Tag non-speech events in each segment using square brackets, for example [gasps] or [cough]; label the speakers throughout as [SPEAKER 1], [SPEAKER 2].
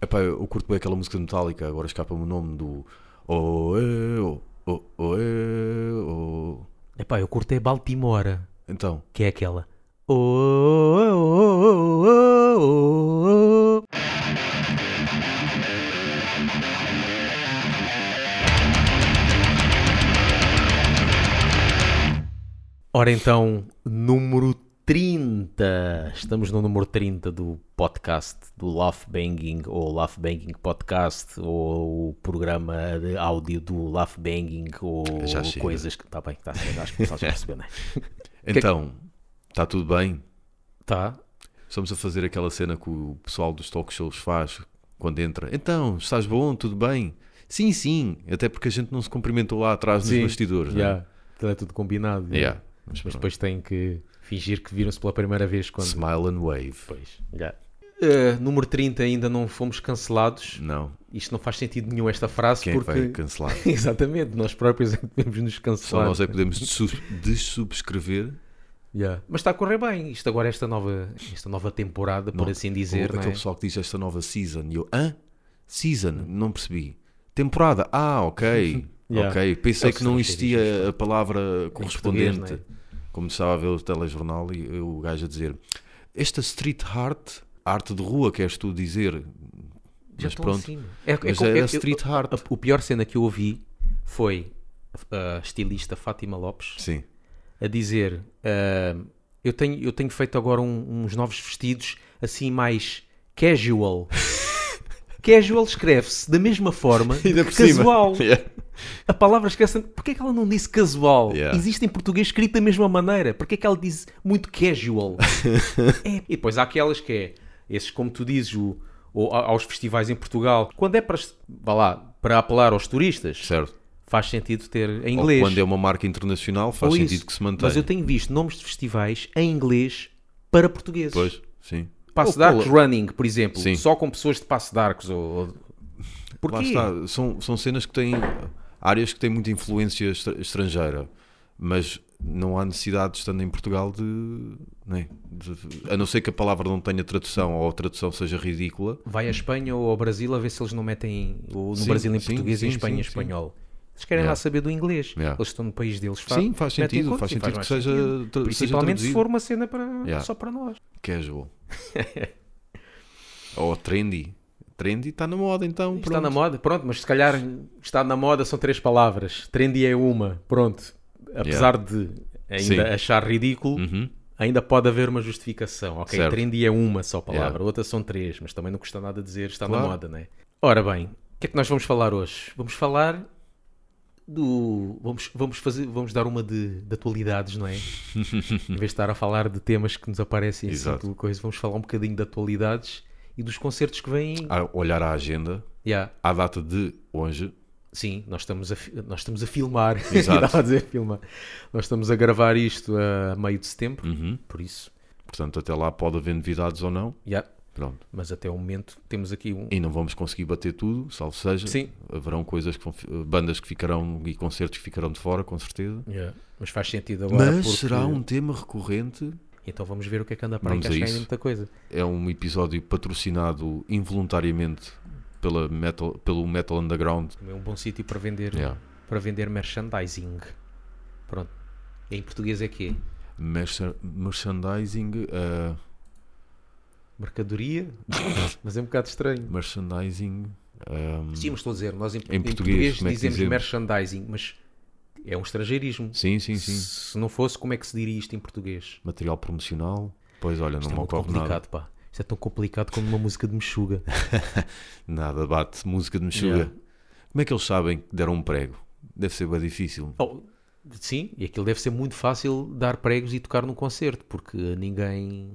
[SPEAKER 1] Epá, eu curto bem aquela música de Metallica, agora escapa-me o nome do. Oh, eh, oh, oh, oh, eh, oh.
[SPEAKER 2] Epá, eu curto é Baltimore,
[SPEAKER 1] Então,
[SPEAKER 2] que é aquela. Oh, oh, oh, oh, oh, oh, oh. Ora então, número 30. Estamos no número 30 do podcast do Laugh Banging ou Laugh Banging Podcast ou o programa de áudio do Laugh Banging ou
[SPEAKER 1] Já chega.
[SPEAKER 2] coisas que. Está bem, está certo, acho que começaste a perceber, não é?
[SPEAKER 1] então, está tudo bem?
[SPEAKER 2] Tá.
[SPEAKER 1] Estamos a fazer aquela cena que o pessoal dos talk shows faz quando entra. Então, estás bom? Tudo bem? Sim, sim. Até porque a gente não se cumprimentou lá atrás nos bastidores, não é?
[SPEAKER 2] já. Aquilo é tudo combinado. né?
[SPEAKER 1] Yeah.
[SPEAKER 2] Mas, depois têm que fingir que viram-se pela primeira vez quando.
[SPEAKER 1] Smile and wave.
[SPEAKER 2] Depois. já. Eh, número 30 ainda não fomos cancelados.
[SPEAKER 1] Não,
[SPEAKER 2] Isto não faz sentido nenhum esta frase
[SPEAKER 1] quem é que
[SPEAKER 2] porque. [laughs]
[SPEAKER 1] vai cancelar?
[SPEAKER 2] Exatamente, nós próprios é que devemos nos
[SPEAKER 1] Só
[SPEAKER 2] cancelar.
[SPEAKER 1] nós é que podemos desu- dessubscrever.
[SPEAKER 2] Yeah. Mas está a correr bem. Isto agora, esta nova, esta nova temporada, por assim dizer.
[SPEAKER 1] Ou
[SPEAKER 2] Não é?
[SPEAKER 1] aquele pessoal que diz esta nova season. E eu, hã? Season? Não percebi. Temporada? Ah, ok.
[SPEAKER 2] [laughs] Yeah.
[SPEAKER 1] Ok.
[SPEAKER 2] É
[SPEAKER 1] Pensei
[SPEAKER 2] o
[SPEAKER 1] que não
[SPEAKER 2] que se diz,
[SPEAKER 1] existia a palavra
[SPEAKER 2] português, é?
[SPEAKER 1] correspondente. Como estava a ver o telejornal e eu, o gajo a dizer: Esta street art, arte de rua, queres tu dizer?
[SPEAKER 2] Já
[SPEAKER 1] Mas
[SPEAKER 2] estão
[SPEAKER 1] pronto.
[SPEAKER 2] acima. É, é
[SPEAKER 1] Mas
[SPEAKER 2] com-
[SPEAKER 1] era
[SPEAKER 2] eu- eu-
[SPEAKER 1] street art.
[SPEAKER 2] a- o pior cena que eu ouvi foi a estilista Fátima Lopes [laughs]
[SPEAKER 1] Sim.
[SPEAKER 2] a dizer ah, eu, tenho, eu tenho feito agora um- uns novos vestidos assim mais
[SPEAKER 1] [laughs]
[SPEAKER 2] casual. casual escreve-se da mesma forma que
[SPEAKER 1] [laughs]
[SPEAKER 2] casual. A palavra esquece. Porquê é que ela não disse casual?
[SPEAKER 1] Yeah.
[SPEAKER 2] Existe em português escrito da mesma maneira. Porquê é que ela diz
[SPEAKER 1] [laughs]
[SPEAKER 2] muito casual? É. E depois há aquelas que é, esses como tu dizes, o, ou a- aos festivais em Portugal. Quando é para, vá lá, para apelar aos turistas,
[SPEAKER 1] Certo.
[SPEAKER 2] faz sentido ter em
[SPEAKER 1] Ou
[SPEAKER 2] inglês.
[SPEAKER 1] quando é uma marca internacional, faz
[SPEAKER 2] Ou
[SPEAKER 1] sentido
[SPEAKER 2] isso.
[SPEAKER 1] que se mantenha.
[SPEAKER 2] Mas eu tenho visto nomes de festivais em inglês para portugueses.
[SPEAKER 1] Pois, sim.
[SPEAKER 2] Passo
[SPEAKER 1] Ou
[SPEAKER 2] Dark
[SPEAKER 1] cola.
[SPEAKER 2] Running, por exemplo,
[SPEAKER 1] Sim.
[SPEAKER 2] só com pessoas de Passo Darks. Ou... ou-
[SPEAKER 1] Lá
[SPEAKER 2] Porquê?
[SPEAKER 1] está. São, são cenas que têm. áreas que têm muita influência estra- estrangeira. Mas não há necessidade, estando em Portugal, de, né, de- A não ser que a palavra não tenha tradução ou a tradução seja ridícula.
[SPEAKER 2] Vai à Espanha ou ao Brasil a ver se eles não metem o- no
[SPEAKER 1] Sim,
[SPEAKER 2] Brasil em
[SPEAKER 1] sim,
[SPEAKER 2] português e em
[SPEAKER 1] sim,
[SPEAKER 2] Espanha em
[SPEAKER 1] sim,
[SPEAKER 2] espanhol. Eles querem
[SPEAKER 1] Yeah.
[SPEAKER 2] lá saber do inglês.
[SPEAKER 1] Yeah.
[SPEAKER 2] Eles estão no país deles.
[SPEAKER 1] Sim, tá, faz
[SPEAKER 2] metem
[SPEAKER 1] sentido,
[SPEAKER 2] coisas
[SPEAKER 1] faz
[SPEAKER 2] e
[SPEAKER 1] sentido
[SPEAKER 2] mais
[SPEAKER 1] que seja
[SPEAKER 2] sentido.
[SPEAKER 1] tra- seja
[SPEAKER 2] Principalmente se
[SPEAKER 1] traduzido.
[SPEAKER 2] for uma cena para...
[SPEAKER 1] Yeah.
[SPEAKER 2] só para nós.
[SPEAKER 1] Casual.
[SPEAKER 2] [laughs]
[SPEAKER 1] Ou trendy. Trendy está na moda, então.
[SPEAKER 2] Está
[SPEAKER 1] pronto.
[SPEAKER 2] na moda, pronto, mas se calhar está na moda são três palavras. Trendy é uma, pronto. Apesar de ainda
[SPEAKER 1] Sim. Uhum.
[SPEAKER 2] achar ridículo, ainda pode haver uma justificação. Ok,
[SPEAKER 1] Certo.
[SPEAKER 2] trendy é uma só palavra,
[SPEAKER 1] Yeah.
[SPEAKER 2] outras são três, mas também não custa nada dizer está na
[SPEAKER 1] Claro.
[SPEAKER 2] moda, né? Ora bem, o que é que nós vamos falar hoje? Vamos falar do. Vamos, vamos, fazer, vamos dar uma de, de
[SPEAKER 1] [laughs]
[SPEAKER 2] atualidades, não é? em vez de estar a falar de temas que nos aparecem assim,
[SPEAKER 1] Exato.
[SPEAKER 2] tudo coisa, vamos falar um bocadinho de atualidades e dos concertos que vêm.
[SPEAKER 1] A olhar à agenda,
[SPEAKER 2] Yeah.
[SPEAKER 1] à data de hoje.
[SPEAKER 2] Sim, nós estamos a, fi- nós estamos a filmar. [laughs]
[SPEAKER 1] Exato.
[SPEAKER 2] Estava a dizer filmar. Nós estamos a gravar isto a meio de setembro,
[SPEAKER 1] Uhum.
[SPEAKER 2] por isso.
[SPEAKER 1] Portanto, até lá pode haver novidades ou não.
[SPEAKER 2] yeah.
[SPEAKER 1] Pronto.
[SPEAKER 2] Mas até o momento temos aqui um.
[SPEAKER 1] E não vamos conseguir bater tudo, salvo seja.
[SPEAKER 2] Sim.
[SPEAKER 1] Haverão coisas que vão fi- bandas que ficarão e concertos que ficarão de fora, com certeza.
[SPEAKER 2] Yeah. Mas faz sentido agora.
[SPEAKER 1] Mas
[SPEAKER 2] porque-
[SPEAKER 1] será um tema recorrente.
[SPEAKER 2] Então vamos ver o que é que anda para aí,
[SPEAKER 1] Vamos
[SPEAKER 2] que
[SPEAKER 1] a
[SPEAKER 2] acho que
[SPEAKER 1] isso.
[SPEAKER 2] ainda muita coisa.
[SPEAKER 1] É um episódio patrocinado involuntariamente pela metal, pelo Metal Underground.
[SPEAKER 2] Também É um bom sítio para vender,
[SPEAKER 1] Yeah.
[SPEAKER 2] para vender merchandising. Pronto. Em português é que
[SPEAKER 1] Mercer- merchandising. eh, [laughs]
[SPEAKER 2] Mercadoria? Mas é um bocado estranho.
[SPEAKER 1] mercandising. ehm,
[SPEAKER 2] Sim, mas estou a dizer, nós em, em
[SPEAKER 1] português,
[SPEAKER 2] português,
[SPEAKER 1] como é que
[SPEAKER 2] dizemos
[SPEAKER 1] dizemos?
[SPEAKER 2] merchandising, mas é um estrangeirismo.
[SPEAKER 1] sim, sim, sim.
[SPEAKER 2] Se não fosse, como é que se diria isto em português?
[SPEAKER 1] Material promocional. Pois olha,
[SPEAKER 2] Isto
[SPEAKER 1] não
[SPEAKER 2] é
[SPEAKER 1] me
[SPEAKER 2] muito
[SPEAKER 1] ocorre nada.
[SPEAKER 2] complicado, pá. Isto é tão complicado como uma música
[SPEAKER 1] [laughs]
[SPEAKER 2] de mexuga.
[SPEAKER 1] Nada bate música de mexuga.
[SPEAKER 2] Yeah.
[SPEAKER 1] Como é que eles sabem que deram um prego? Deve ser bem difícil.
[SPEAKER 2] Oh, sim, e aquilo deve ser muito fácil dar pregos e tocar num concerto, porque ninguém.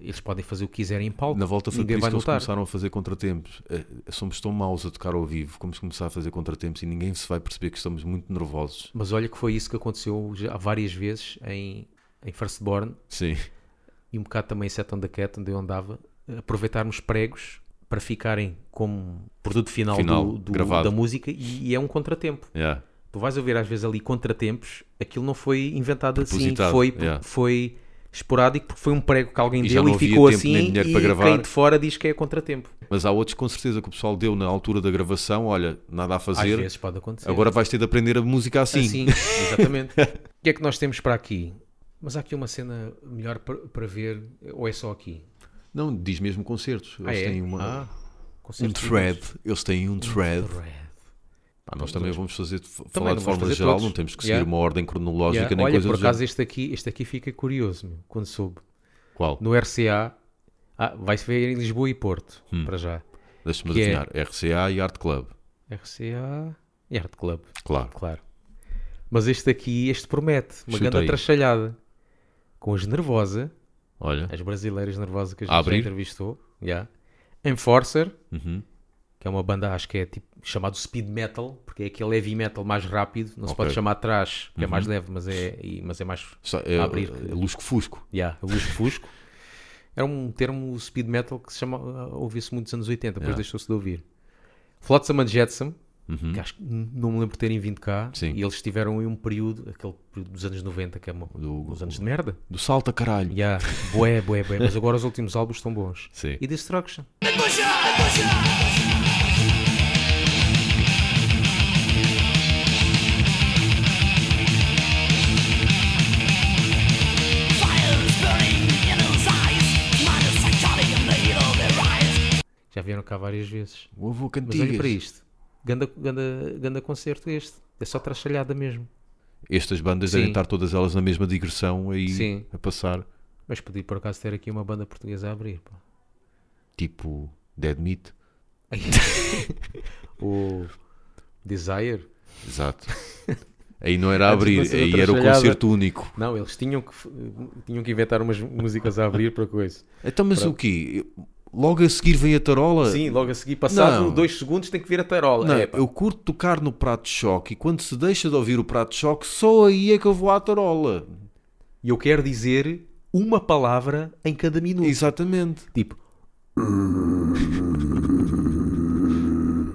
[SPEAKER 2] Eles podem fazer o que quiserem em palco.
[SPEAKER 1] Na volta foi por
[SPEAKER 2] ninguém
[SPEAKER 1] isso
[SPEAKER 2] vai
[SPEAKER 1] que eles
[SPEAKER 2] notar.
[SPEAKER 1] começaram a fazer contratempos. Eh, Somos tão maus a tocar ao vivo, como se começar a fazer contratempos e ninguém se vai perceber que estamos muito nervosos.
[SPEAKER 2] Mas olha que foi isso que aconteceu já várias vezes em, em Firstborn
[SPEAKER 1] Sim.
[SPEAKER 2] e um bocado também em Set on the Cat, onde eu andava, aproveitarmos pregos para ficarem como produto final, do-
[SPEAKER 1] Final,
[SPEAKER 2] do-
[SPEAKER 1] gravado.
[SPEAKER 2] da música e- e é um contratempo.
[SPEAKER 1] Yeah.
[SPEAKER 2] tu vais ouvir às vezes ali contratempos, aquilo não foi inventado assim,
[SPEAKER 1] Propositado,
[SPEAKER 2] foi,
[SPEAKER 1] yeah.
[SPEAKER 2] foi esporádico porque foi um prego que alguém
[SPEAKER 1] E já
[SPEAKER 2] deu
[SPEAKER 1] não
[SPEAKER 2] e
[SPEAKER 1] havia
[SPEAKER 2] ficou
[SPEAKER 1] tempo nem
[SPEAKER 2] assim
[SPEAKER 1] dinheiro
[SPEAKER 2] e
[SPEAKER 1] para gravar.
[SPEAKER 2] quem de fora diz que é contratempo.
[SPEAKER 1] Mas há outros com certeza que o pessoal deu na altura da gravação, olha, nada a
[SPEAKER 2] Às
[SPEAKER 1] fazer,
[SPEAKER 2] vezes pode acontecer.
[SPEAKER 1] agora vais ter de aprender a música assim. [laughs]
[SPEAKER 2] Assim, exatamente. o que é que nós temos para aqui? Mas há aqui uma cena melhor para, para ver, ou é só aqui?
[SPEAKER 1] Não, diz mesmo concertos. Eles
[SPEAKER 2] Ah, é?
[SPEAKER 1] têm uma,
[SPEAKER 2] Ah,
[SPEAKER 1] um
[SPEAKER 2] concertos
[SPEAKER 1] thread, eles têm um thread.
[SPEAKER 2] livres. Thread.
[SPEAKER 1] Pá, nós também vamos fazer, f-
[SPEAKER 2] não
[SPEAKER 1] falar de
[SPEAKER 2] vamos
[SPEAKER 1] forma
[SPEAKER 2] fazer
[SPEAKER 1] geral,
[SPEAKER 2] todos.
[SPEAKER 1] não temos que seguir
[SPEAKER 2] Yeah.
[SPEAKER 1] uma ordem cronológica
[SPEAKER 2] Yeah,
[SPEAKER 1] nem
[SPEAKER 2] Olha,
[SPEAKER 1] coisa
[SPEAKER 2] por
[SPEAKER 1] do género.
[SPEAKER 2] acaso este aqui, este aqui fica curioso, meu, quando soube.
[SPEAKER 1] Qual?
[SPEAKER 2] No RCA, ah, vai-se ver em Lisboa e Porto,
[SPEAKER 1] Hum.
[SPEAKER 2] para já.
[SPEAKER 1] Deixa-me
[SPEAKER 2] que é-
[SPEAKER 1] adivinhar. RCA e Art Club.
[SPEAKER 2] RCA e Art Club,
[SPEAKER 1] Claro.
[SPEAKER 2] claro. Mas este aqui, este promete,
[SPEAKER 1] Chuta
[SPEAKER 2] uma grande
[SPEAKER 1] aí.
[SPEAKER 2] trachalhada. Com as Nervosa,
[SPEAKER 1] Olha.
[SPEAKER 2] as brasileiras Nervosa que a
[SPEAKER 1] A
[SPEAKER 2] gente já
[SPEAKER 1] abrir?
[SPEAKER 2] entrevistou, yeah. Enforcer,
[SPEAKER 1] Uhum.
[SPEAKER 2] que é uma banda, acho que é tipo, chamado speed metal, porque é aquele heavy metal mais rápido, não se
[SPEAKER 1] Ok. Uhum.
[SPEAKER 2] pode chamar atrás, porque é mais leve, mas é, e- mas é mais
[SPEAKER 1] Só- é,
[SPEAKER 2] A abrir.
[SPEAKER 1] é Lusco Fusco.
[SPEAKER 2] Yeah, Lusco Fusco. [laughs] Era um termo speed metal que se chama, uh, ouvia-se muito nos anos 80, depois
[SPEAKER 1] Yeah.
[SPEAKER 2] deixou-se de ouvir. Flotsam and Jetsam,
[SPEAKER 1] Uhum.
[SPEAKER 2] que acho que n- não me lembro de terem vindo cá,
[SPEAKER 1] Sim.
[SPEAKER 2] e eles tiveram aí um período, aquele período dos anos 90, que é uma,
[SPEAKER 1] Do-
[SPEAKER 2] uns anos de merda.
[SPEAKER 1] Do salta, caralho.
[SPEAKER 2] Yeah, bué, bué, bué, mas agora os últimos álbuns estão bons.
[SPEAKER 1] Sim.
[SPEAKER 2] E Destruction. Já vieram cá várias vezes.
[SPEAKER 1] O avô
[SPEAKER 2] Mas olha para
[SPEAKER 1] cantigas.
[SPEAKER 2] isto. Ganda, ganda, ganda concerto este. É só trachalhada mesmo.
[SPEAKER 1] Estas bandas
[SPEAKER 2] Sim.
[SPEAKER 1] devem estar todas elas na mesma digressão aí
[SPEAKER 2] Sim.
[SPEAKER 1] a passar.
[SPEAKER 2] Mas podia por acaso ter aqui uma banda portuguesa a abrir. pá.
[SPEAKER 1] Tipo Dead Meat.
[SPEAKER 2] O tipo, Desire.
[SPEAKER 1] Exato. [laughs] Aí não era a
[SPEAKER 2] Antes de
[SPEAKER 1] abrir,
[SPEAKER 2] ser
[SPEAKER 1] aí
[SPEAKER 2] outra
[SPEAKER 1] era o
[SPEAKER 2] chegada.
[SPEAKER 1] concerto único.
[SPEAKER 2] Não, eles tinham que, f- tinham que inventar umas músicas a abrir para coisa.
[SPEAKER 1] Então, mas o quê? Logo a seguir vem a tarola?
[SPEAKER 2] Sim, logo a seguir, passado
[SPEAKER 1] Não.
[SPEAKER 2] dois segundos, tem que vir a tarola.
[SPEAKER 1] Não,
[SPEAKER 2] É, pá.
[SPEAKER 1] eu curto tocar no prato de choque e quando se deixa de ouvir o prato de choque, só aí é que eu vou à tarola.
[SPEAKER 2] E eu quero dizer uma palavra em cada minuto.
[SPEAKER 1] Exatamente.
[SPEAKER 2] Tipo.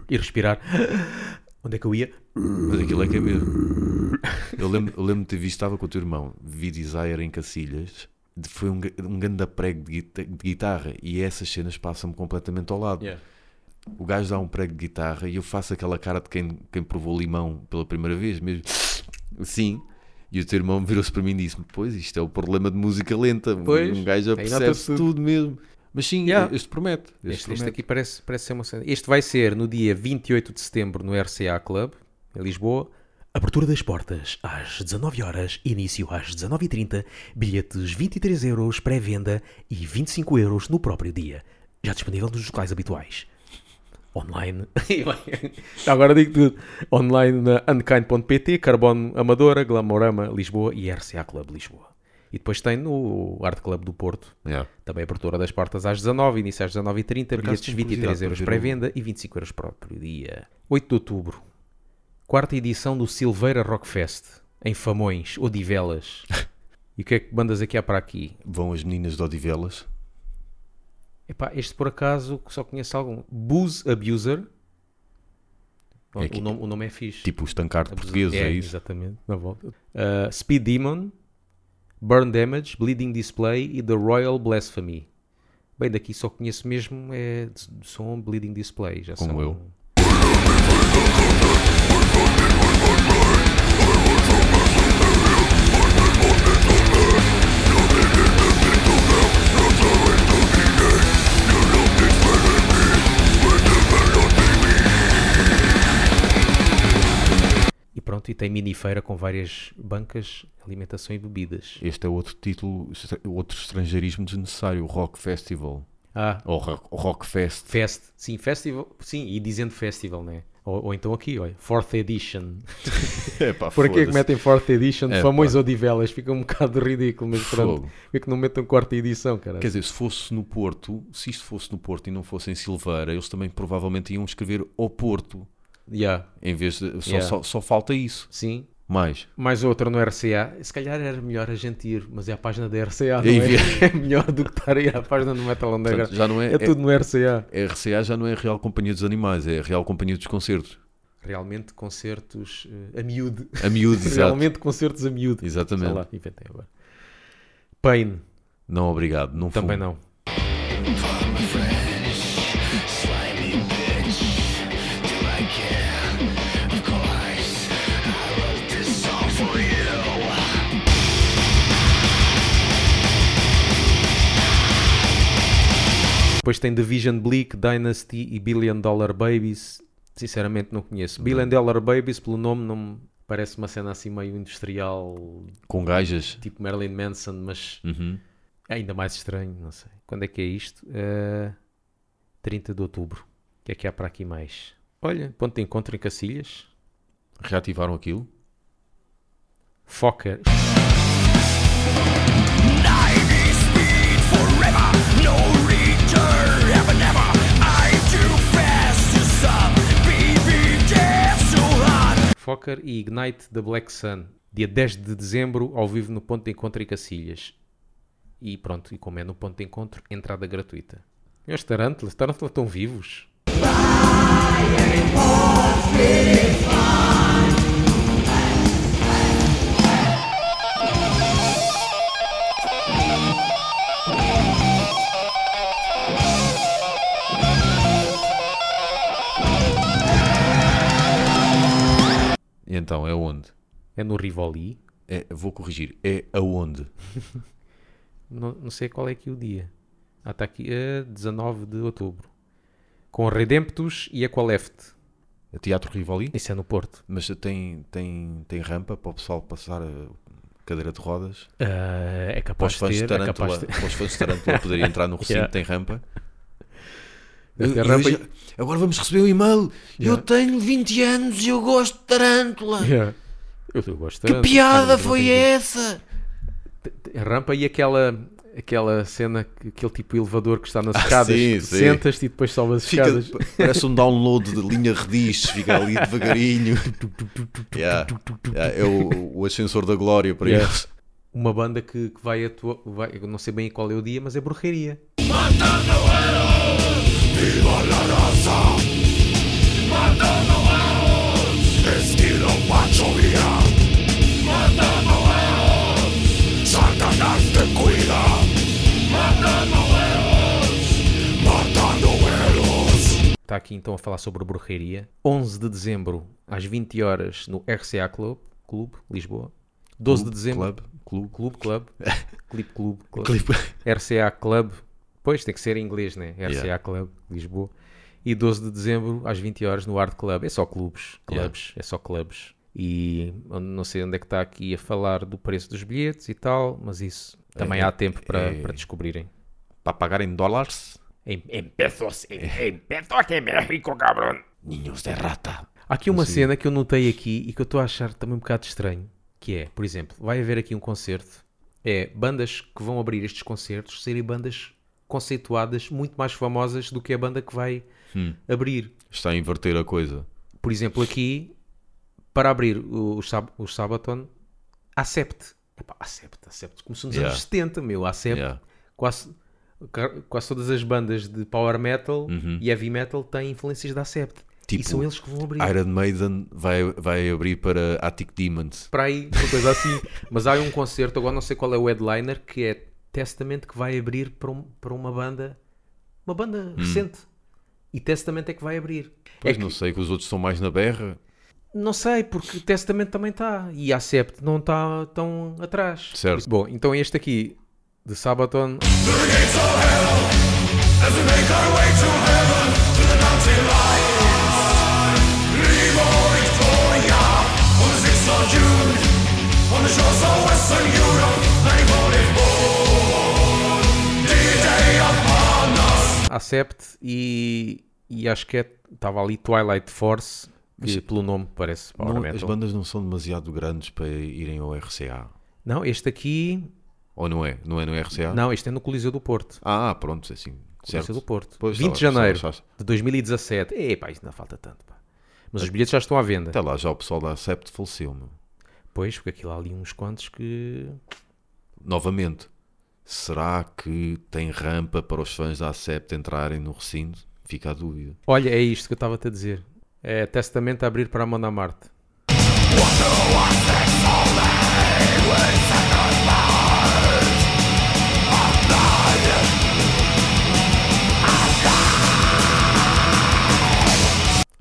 [SPEAKER 2] E respirar. [gasps] Onde é que eu ia?
[SPEAKER 1] Mas aquilo é que é mesmo. Eu lembro, eu lembro de ter visto, estava com o teu irmão, vi Desire em Cacilhas, de- foi um, ga- um grande prego de, guita- de guitarra e essas cenas passam-me completamente ao lado. O gajo dá um prego de guitarra e eu faço aquela cara de quem, quem provou limão pela primeira vez, mesmo assim. E o teu irmão virou-se para mim e disse-me: Pois, isto é o problema de música lenta. Um-
[SPEAKER 2] Pois,
[SPEAKER 1] um gajo
[SPEAKER 2] aí
[SPEAKER 1] percebe
[SPEAKER 2] nota-se
[SPEAKER 1] tudo. mesmo. Mas sim,
[SPEAKER 2] Yeah.
[SPEAKER 1] este promete. Este,
[SPEAKER 2] Este, este
[SPEAKER 1] promete.
[SPEAKER 2] aqui parece, parece ser uma cena. Este vai ser no dia 28 de setembro no RCA Club, em Lisboa. Abertura das portas às 19 horas, início às 19h30, bilhetes 23 euros pré-venda e 25 euros no próprio dia. Já disponível nos locais habituais. Online. [laughs] Agora digo tudo. Online na unkind.pt, Carbono Amadora, Glamorama Lisboa e RCA Club Lisboa. E depois tem no Art Club do Porto,
[SPEAKER 1] Yeah.
[SPEAKER 2] também abertura das portas às 19 início às 19h30,
[SPEAKER 1] acaso
[SPEAKER 2] bilhetes
[SPEAKER 1] tenho
[SPEAKER 2] 23
[SPEAKER 1] curiosidade
[SPEAKER 2] euros
[SPEAKER 1] para ver o-
[SPEAKER 2] pré-venda e 25 euros próprio dia. 8 de outubro, quarta edição do Silveira Rockfest, em Famões, Odivelas. e o que é que bandas aqui há para aqui?
[SPEAKER 1] Vão as meninas de Odivelas.
[SPEAKER 2] Epá, este por acaso só conheço algum. Booze Abuser.
[SPEAKER 1] É que-
[SPEAKER 2] o, nome, o nome é fixe.
[SPEAKER 1] Tipo o estancarde português, é, isso.
[SPEAKER 2] Exatamente, na volta. Uh, Speed Demon, Burn Damage, Bleeding Display e The Royal Blasphemy. Bem, daqui só conheço mesmo é de- de som Bleeding Display. Já
[SPEAKER 1] Como
[SPEAKER 2] são...
[SPEAKER 1] eu.
[SPEAKER 2] E pronto, e tem mini-feira com várias bancas, alimentação e bebidas.
[SPEAKER 1] Este é outro título, estra- outro estrangeirismo desnecessário: Rock Festival.
[SPEAKER 2] Ah,
[SPEAKER 1] Ou Rock, rock Fest.
[SPEAKER 2] Fest. Sim, Festival. Sim, e dizendo Festival, né? Ou, ou então aqui, olha, Fourth
[SPEAKER 1] [laughs]
[SPEAKER 2] Edition.
[SPEAKER 1] Epá,
[SPEAKER 2] Por que [laughs] é que
[SPEAKER 1] foda-se.
[SPEAKER 2] metem Fourth Edition?
[SPEAKER 1] É,
[SPEAKER 2] Famões Odivelas. Fica um bocado ridículo, mas pronto.
[SPEAKER 1] Fogo.
[SPEAKER 2] Por que não metam quarta edição, cara?
[SPEAKER 1] Quer dizer, se fosse no Porto, se isto fosse no Porto e não fosse em Silveira, eles também provavelmente iam escrever ao Porto.
[SPEAKER 2] Yeah.
[SPEAKER 1] Em vez de. Só,
[SPEAKER 2] Yeah.
[SPEAKER 1] só- só falta isso.
[SPEAKER 2] Sim,
[SPEAKER 1] Mais.
[SPEAKER 2] Mais outra no RCA. Se calhar era melhor a gente ir, mas é a página da RCA, não
[SPEAKER 1] E
[SPEAKER 2] [laughs] é? É melhor do que estar a ir à página do Metal Underground.
[SPEAKER 1] Portanto, já não é,
[SPEAKER 2] é, tudo no RCA.
[SPEAKER 1] é- RCA já não é a Real Companhia dos Animais, é a Real Companhia dos Concertos.
[SPEAKER 2] Realmente concertos eh, a miúdo.
[SPEAKER 1] A miúdo, exato.
[SPEAKER 2] Realmente concertos a miúdo. Sei
[SPEAKER 1] Exatamente.
[SPEAKER 2] lá, inventei agora. Pain,
[SPEAKER 1] Não, obrigado. Não
[SPEAKER 2] também
[SPEAKER 1] fumo.
[SPEAKER 2] não.
[SPEAKER 3] From a fresh
[SPEAKER 2] Depois tem Division Bleak, Dynasty e Billion Dollar Babies. Sinceramente não conheço. Billion Dollar Babies, pelo nome, não me- parece uma cena assim meio industrial,
[SPEAKER 1] Com gajas.
[SPEAKER 2] tipo Marilyn Manson, mas
[SPEAKER 1] Uhum.
[SPEAKER 2] é ainda mais estranho, não sei. Quando é que é isto? Eh, 30 de outubro. O que é que há para aqui mais? Olha, ponto de encontro em Cacilhas.
[SPEAKER 1] Reativaram aquilo.
[SPEAKER 2] Foca. Fokker e Ignite the Black Sun, dia 10 de dezembro, ao vivo no Ponto de Encontro e Cacilhas. E pronto, e como é no Ponto de Encontro, entrada gratuita. E os Tarantlas, Tarantlas estão vivos.
[SPEAKER 1] E então, é onde?
[SPEAKER 2] É no Rivoli.
[SPEAKER 1] É- vou corrigir. É aonde?
[SPEAKER 2] Não, não sei qual é que é o dia. Ah, está aqui, eh, 19 de outubro. Com Redemptus e Aqualeft.
[SPEAKER 1] É Teatro Rivoli?
[SPEAKER 2] Isso é no Porto.
[SPEAKER 1] Mas tem, tem, tem rampa para o pessoal passar a cadeira de rodas.
[SPEAKER 2] Ah, é
[SPEAKER 1] Para
[SPEAKER 2] capaz
[SPEAKER 1] os
[SPEAKER 2] de
[SPEAKER 1] fãs de
[SPEAKER 2] ter, é capaz
[SPEAKER 1] Tarântula, [laughs]
[SPEAKER 2] de ter.
[SPEAKER 1] para os fãs de Tarântula poderem entrar
[SPEAKER 2] [laughs]
[SPEAKER 1] no recinto,
[SPEAKER 2] Yeah.
[SPEAKER 1] tem rampa.
[SPEAKER 2] Deve ter
[SPEAKER 1] Eu- eu
[SPEAKER 2] rampa e-
[SPEAKER 1] já- Agora vamos receber um e-mail. Eu tenho 20 anos e eu gosto de Tarântula.
[SPEAKER 2] Yeah. Eu, eu gosto
[SPEAKER 1] Que
[SPEAKER 2] tanto.
[SPEAKER 1] piada
[SPEAKER 2] Não tem
[SPEAKER 1] foi
[SPEAKER 2] ninguém.
[SPEAKER 1] essa?
[SPEAKER 2] A rampa e aquela, aquela cena, que- aquele tipo de elevador que está nas escadas.
[SPEAKER 1] Ah, sim,
[SPEAKER 2] que
[SPEAKER 1] sim.
[SPEAKER 2] Sentas-te e depois sobe as
[SPEAKER 1] Fica-
[SPEAKER 2] escadas.
[SPEAKER 1] parece um download de linha rediz, fica
[SPEAKER 2] [laughs]
[SPEAKER 1] ali devagarinho. Yeah. Yeah, é o, o ascensor da glória para
[SPEAKER 2] Yeah.
[SPEAKER 1] eles.
[SPEAKER 2] Uma banda que, que vai atuar, vai, eu não sei bem qual é o dia, mas é bruxaria. Está aqui então a falar sobre bruxaria. 11 de dezembro, às 20 horas, no RCA Club, Clube Lisboa. 12 de dezembro.
[SPEAKER 1] Clube, clube,
[SPEAKER 2] Clube,
[SPEAKER 1] [laughs]
[SPEAKER 2] club, [laughs] clip club, club.
[SPEAKER 1] clipe.
[SPEAKER 2] RCA Club, pois tem que ser em inglês, né? RCA
[SPEAKER 1] Yeah.
[SPEAKER 2] Club, Lisboa. E 12 de dezembro, às 20 horas no Art Club. É só clubes, clubes, é só clubes. E eu não sei onde é que está aqui a falar do preço dos bilhetes e tal, mas isso também há tempo para,
[SPEAKER 1] é-
[SPEAKER 2] para descobrirem.
[SPEAKER 1] Para pagar em dólares?
[SPEAKER 2] Em- em-
[SPEAKER 1] Ninhos de rata.
[SPEAKER 2] Há aqui uma cena que eu notei aqui e que eu estou a achar também um bocado estranho, que é, por exemplo, vai haver aqui um concerto, é bandas que vão abrir estes concertos serem bandas conceituadas muito mais famosas do que a banda que vai
[SPEAKER 1] Hum.
[SPEAKER 2] abrir.
[SPEAKER 1] Está a inverter a coisa.
[SPEAKER 2] Por exemplo, aqui, para abrir o, o, Sab- o Sabaton, a Sept. Epá, a Sept, a Sept. Começou nos
[SPEAKER 1] Yeah.
[SPEAKER 2] anos 70, meu, a Sept.
[SPEAKER 1] Yeah.
[SPEAKER 2] Quase, ca- quase todas as bandas de power metal e heavy metal têm influências da Sept. e
[SPEAKER 1] Uhum. Tipo,
[SPEAKER 2] são eles que vão abrir.
[SPEAKER 1] Iron Maiden vai, vai abrir para Attic Demons.
[SPEAKER 2] para aí, uma coisa assim. [laughs] Mas há um concerto, agora não sei qual é o headliner, que é Testament que vai abrir para, um- para uma banda, uma
[SPEAKER 1] Hum.
[SPEAKER 2] banda recente. E Testament é que vai abrir.
[SPEAKER 1] Pois
[SPEAKER 2] é
[SPEAKER 1] não
[SPEAKER 2] que,
[SPEAKER 1] sei, que os outros são mais na berra.
[SPEAKER 2] não sei, porque Testament também está. E a Acept não está tão atrás.
[SPEAKER 1] Certo.
[SPEAKER 2] Bom, então este aqui, de Sabaton. Acept e, e acho que é- estava ali Twilight Force, que pelo nome parece power
[SPEAKER 1] Não-
[SPEAKER 2] metal.
[SPEAKER 1] as bandas não são demasiado grandes para irem ao RCA.
[SPEAKER 2] Não, este aqui.
[SPEAKER 1] Ou não é? Não é no RCA?
[SPEAKER 2] Não, este é no Coliseu do Porto.
[SPEAKER 1] Ah, pronto, é assim.
[SPEAKER 2] Coliseu
[SPEAKER 1] Certo.
[SPEAKER 2] do Porto.
[SPEAKER 1] Pois,
[SPEAKER 2] 20
[SPEAKER 1] tá
[SPEAKER 2] de
[SPEAKER 1] lá,
[SPEAKER 2] janeiro
[SPEAKER 1] só achaste.
[SPEAKER 2] de 2017. Epá, isso ainda falta tanto. Pá. Mas os bilhetes já estão à venda.
[SPEAKER 1] Até lá, já o pessoal da Acept faleceu, meu.
[SPEAKER 2] Pois, porque aquilo há ali uns quantos que.
[SPEAKER 1] Novamente, será que tem rampa para os fãs da Acept entrarem no recinto? Fica a dúvida.
[SPEAKER 2] Olha, é isto que eu estava-te a dizer. É testamento a abrir para a Amanda Marte.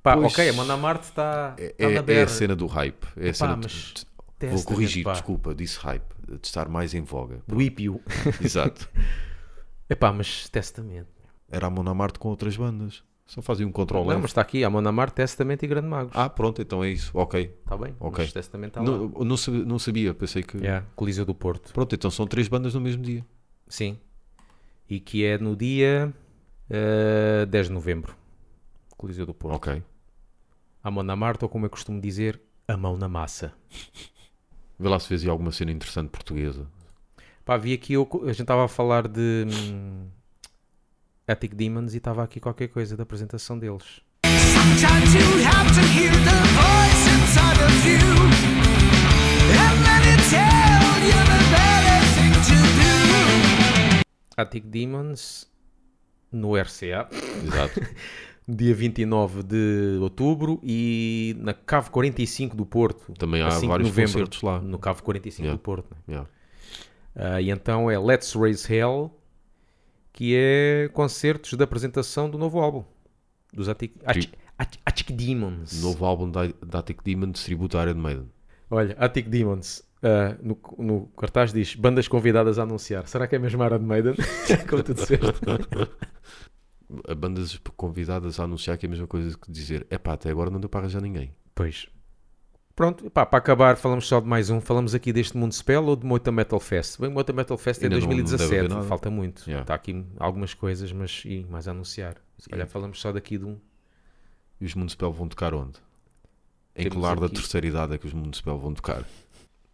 [SPEAKER 2] Pá,
[SPEAKER 1] Pois.
[SPEAKER 2] ok, a Amanda Marte está
[SPEAKER 1] É,
[SPEAKER 2] tá
[SPEAKER 1] é-
[SPEAKER 2] na
[SPEAKER 1] é
[SPEAKER 2] berra.
[SPEAKER 1] a cena do hype. É a cena do-
[SPEAKER 2] mas
[SPEAKER 1] de- Vou
[SPEAKER 2] Testament,
[SPEAKER 1] corrigir,
[SPEAKER 2] pá.
[SPEAKER 1] desculpa, disse hype. De estar mais em voga. [laughs]
[SPEAKER 2] Do IPU.
[SPEAKER 1] Exato.
[SPEAKER 2] Epá, mas testamento.
[SPEAKER 1] era a Monamarte com outras bandas. Só fazia um control
[SPEAKER 2] Não,
[SPEAKER 1] leve.
[SPEAKER 2] mas está aqui, a Monamar, Testament e Grande Magos.
[SPEAKER 1] Ah, pronto, então é isso. Ok.
[SPEAKER 2] Está bem,
[SPEAKER 1] ok.
[SPEAKER 2] mas Testament está lá.
[SPEAKER 1] Não, não, sabia, não sabia, pensei que.
[SPEAKER 2] Yeah, Coliseu do Porto.
[SPEAKER 1] Pronto, então são três bandas no mesmo dia.
[SPEAKER 2] Sim. E que é no dia eh, 10 de novembro. Coliseu do Porto.
[SPEAKER 1] Ok.
[SPEAKER 2] A mão na Marta, ou como eu costumo dizer, a mão na massa.
[SPEAKER 1] Vê lá se fez aí alguma cena interessante portuguesa.
[SPEAKER 2] Pá, vi aqui, eu, a gente estava a falar de hum, Attic Demons e estava aqui qualquer coisa da apresentação deles.
[SPEAKER 3] Sometimes you have to hear the voice inside of you and let it tell you the better thing to do.
[SPEAKER 2] Attic Demons no RCA, [laughs]
[SPEAKER 1] Exato.
[SPEAKER 2] dia 29 de outubro e na Cave 45 do Porto.
[SPEAKER 1] Também
[SPEAKER 2] a
[SPEAKER 1] há
[SPEAKER 2] 5 de
[SPEAKER 1] vários
[SPEAKER 2] Assim, novembro,
[SPEAKER 1] concertos lá.
[SPEAKER 2] No Cave 45
[SPEAKER 1] Yeah.
[SPEAKER 2] do Porto, né?
[SPEAKER 1] Yeah.
[SPEAKER 2] Ah, e então é Let's Raise Hell, que é concertos da apresentação do novo álbum. Dos Attic, Attic, Attic- Attic Demons.
[SPEAKER 1] Novo álbum da, da Attic Demon de tributo a Iron Maiden.
[SPEAKER 2] Olha, Attic Demons. ah, no, no cartaz diz bandas convidadas a anunciar. Será que é mesmo Iron Maiden? [laughs] Como tu disseste.
[SPEAKER 1] A bandas convidadas a anunciar que é a mesma coisa que dizer epá, até agora não deu para arranjar ninguém.
[SPEAKER 2] Pois. Pronto, pá, para acabar, falamos só de mais um. Falamos aqui deste Mundo Spell ou de Moita Metal Fest? Bem, Moita Metal Fest é
[SPEAKER 1] Ainda não- não deve
[SPEAKER 2] 2017,
[SPEAKER 1] haver nada.
[SPEAKER 2] falta muito. Está
[SPEAKER 1] Yeah.
[SPEAKER 2] aqui algumas coisas, mas e mais a anunciar. Se calhar falamos só daqui de um.
[SPEAKER 1] E os Municipal vão tocar onde? Em
[SPEAKER 2] Temos
[SPEAKER 1] que lar da
[SPEAKER 2] aqui-
[SPEAKER 1] terceira idade é que os Municipal vão tocar?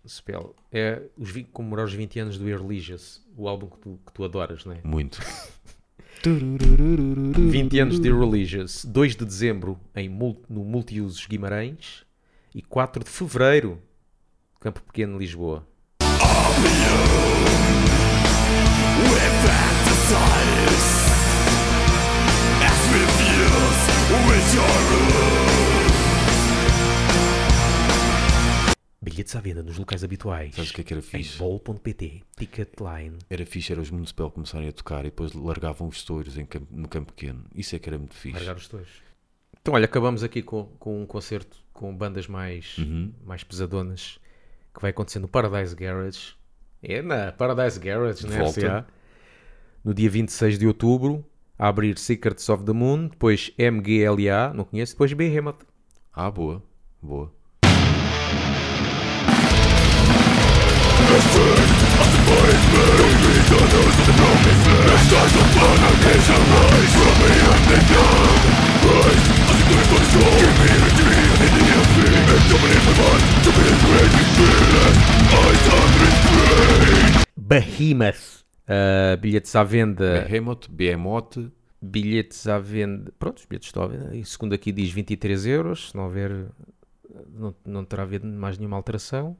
[SPEAKER 2] Spell. É os, vi- comemorar os 20 anos do Irreligious, o álbum que tu, que tu adoras, não é?
[SPEAKER 1] Muito. [laughs] Uhum.
[SPEAKER 2] 20 anos de Irreligious, 2 de dezembro em, mul- no Multiusos Guimarães e 4 de fevereiro, Campo Pequeno, Lisboa. Bilhetes à venda nos locais habituais.
[SPEAKER 1] Sabes o que é que era
[SPEAKER 2] Em
[SPEAKER 1] fixe?
[SPEAKER 2] bol.pt, Ticketline.
[SPEAKER 1] Era fixe, era os Municipal começarem a tocar e depois largavam os touros em campo- no campo pequeno. Isso é que era muito fixe.
[SPEAKER 2] Largar os dois. Então, olha, acabamos aqui com, com um concerto com bandas mais, mais pesadonas que vai acontecer no Paradise Garage. É na Paradise Garage, né?
[SPEAKER 1] Volta.
[SPEAKER 2] RCA. No dia 26 de outubro, a abrir Secrets of the Moon, depois MGLA, não conheço, depois Behemoth.
[SPEAKER 1] Ah, boa. Boa.
[SPEAKER 2] Behemoth. Ah, bilhetes à venda.
[SPEAKER 1] Behemoth, Behemoth,
[SPEAKER 2] bilhetes à venda. Pronto, os bilhetes estão à venda. E segundo aqui diz 23 euros. Se não houver, não, não terá havido mais nenhuma alteração.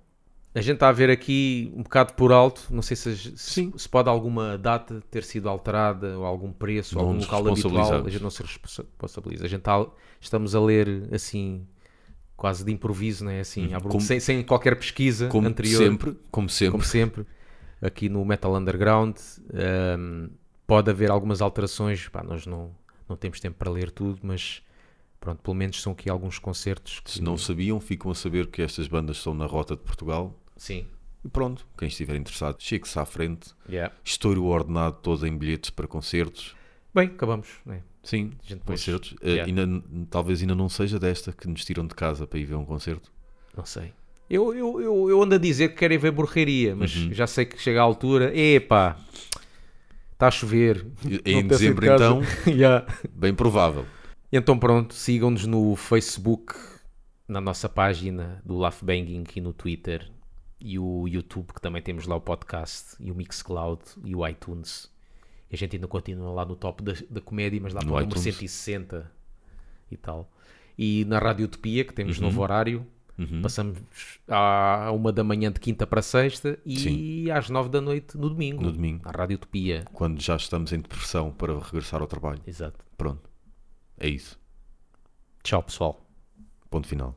[SPEAKER 2] A gente está a ver aqui um bocado por alto. Não sei se, se-
[SPEAKER 1] Sim.
[SPEAKER 2] se pode alguma data ter sido alterada ou algum preço, ou
[SPEAKER 1] Não
[SPEAKER 2] algum
[SPEAKER 1] nos
[SPEAKER 2] local habitual. A
[SPEAKER 1] responsabilizamos.
[SPEAKER 2] gente não se responsa- responsabiliza. A gente está, estamos a ler assim, quase de improviso, né? assim, à bruta,
[SPEAKER 1] Uhum. como-
[SPEAKER 2] sem, sem qualquer pesquisa
[SPEAKER 1] como
[SPEAKER 2] anterior
[SPEAKER 1] sempre, como sempre.
[SPEAKER 2] como sempre, aqui no Metal Underground. Ahm, pode haver algumas alterações, pá, nós não, não temos tempo para ler tudo, mas pronto, pelo menos são aqui alguns concertos. que-
[SPEAKER 1] Se não sabiam, ficam a saber que estas bandas estão na rota de Portugal.
[SPEAKER 2] Sim,
[SPEAKER 1] E pronto, quem estiver interessado, chegue-se à frente.
[SPEAKER 2] yeah.
[SPEAKER 1] Estouro o ordenado todo em bilhetes para concertos.
[SPEAKER 2] Bem, acabamos, né?
[SPEAKER 1] Sim,
[SPEAKER 2] A gente depois-
[SPEAKER 1] concertos. Eh,
[SPEAKER 2] yeah.
[SPEAKER 1] ainda- talvez ainda não seja desta que nos tiram de casa para ir ver um concerto.
[SPEAKER 2] Não sei. Eu, eu, eu, eu ando a dizer que quero ir ver borreria, mas já sei que chega à altura. Epá, está a chover. [laughs]
[SPEAKER 1] Em
[SPEAKER 2] Não apetece ir de
[SPEAKER 1] dezembro,
[SPEAKER 2] casa.
[SPEAKER 1] então,
[SPEAKER 2] [laughs] Yeah.
[SPEAKER 1] bem provável.
[SPEAKER 2] Então pronto, sigam-nos no Facebook, na nossa página do Laugh Banging e no Twitter e o YouTube, que também temos lá o podcast, e o Mixcloud e o iTunes. E a gente ainda continua lá no top da, da comédia, mas lá
[SPEAKER 1] No
[SPEAKER 2] para o número
[SPEAKER 1] iTunes.
[SPEAKER 2] 160 e tal. E na Rádio Utopia, que
[SPEAKER 1] Uhum.
[SPEAKER 2] temos novo horário, passamos à uma da manhã de quinta para sexta e às nove da noite no domingo.
[SPEAKER 1] No domingo.
[SPEAKER 2] Na Rádio Utopia.
[SPEAKER 1] Quando já estamos em depressão para regressar ao trabalho.
[SPEAKER 2] Exato.
[SPEAKER 1] Pronto, é isso.
[SPEAKER 2] Tchau, pessoal.
[SPEAKER 1] Ponto final.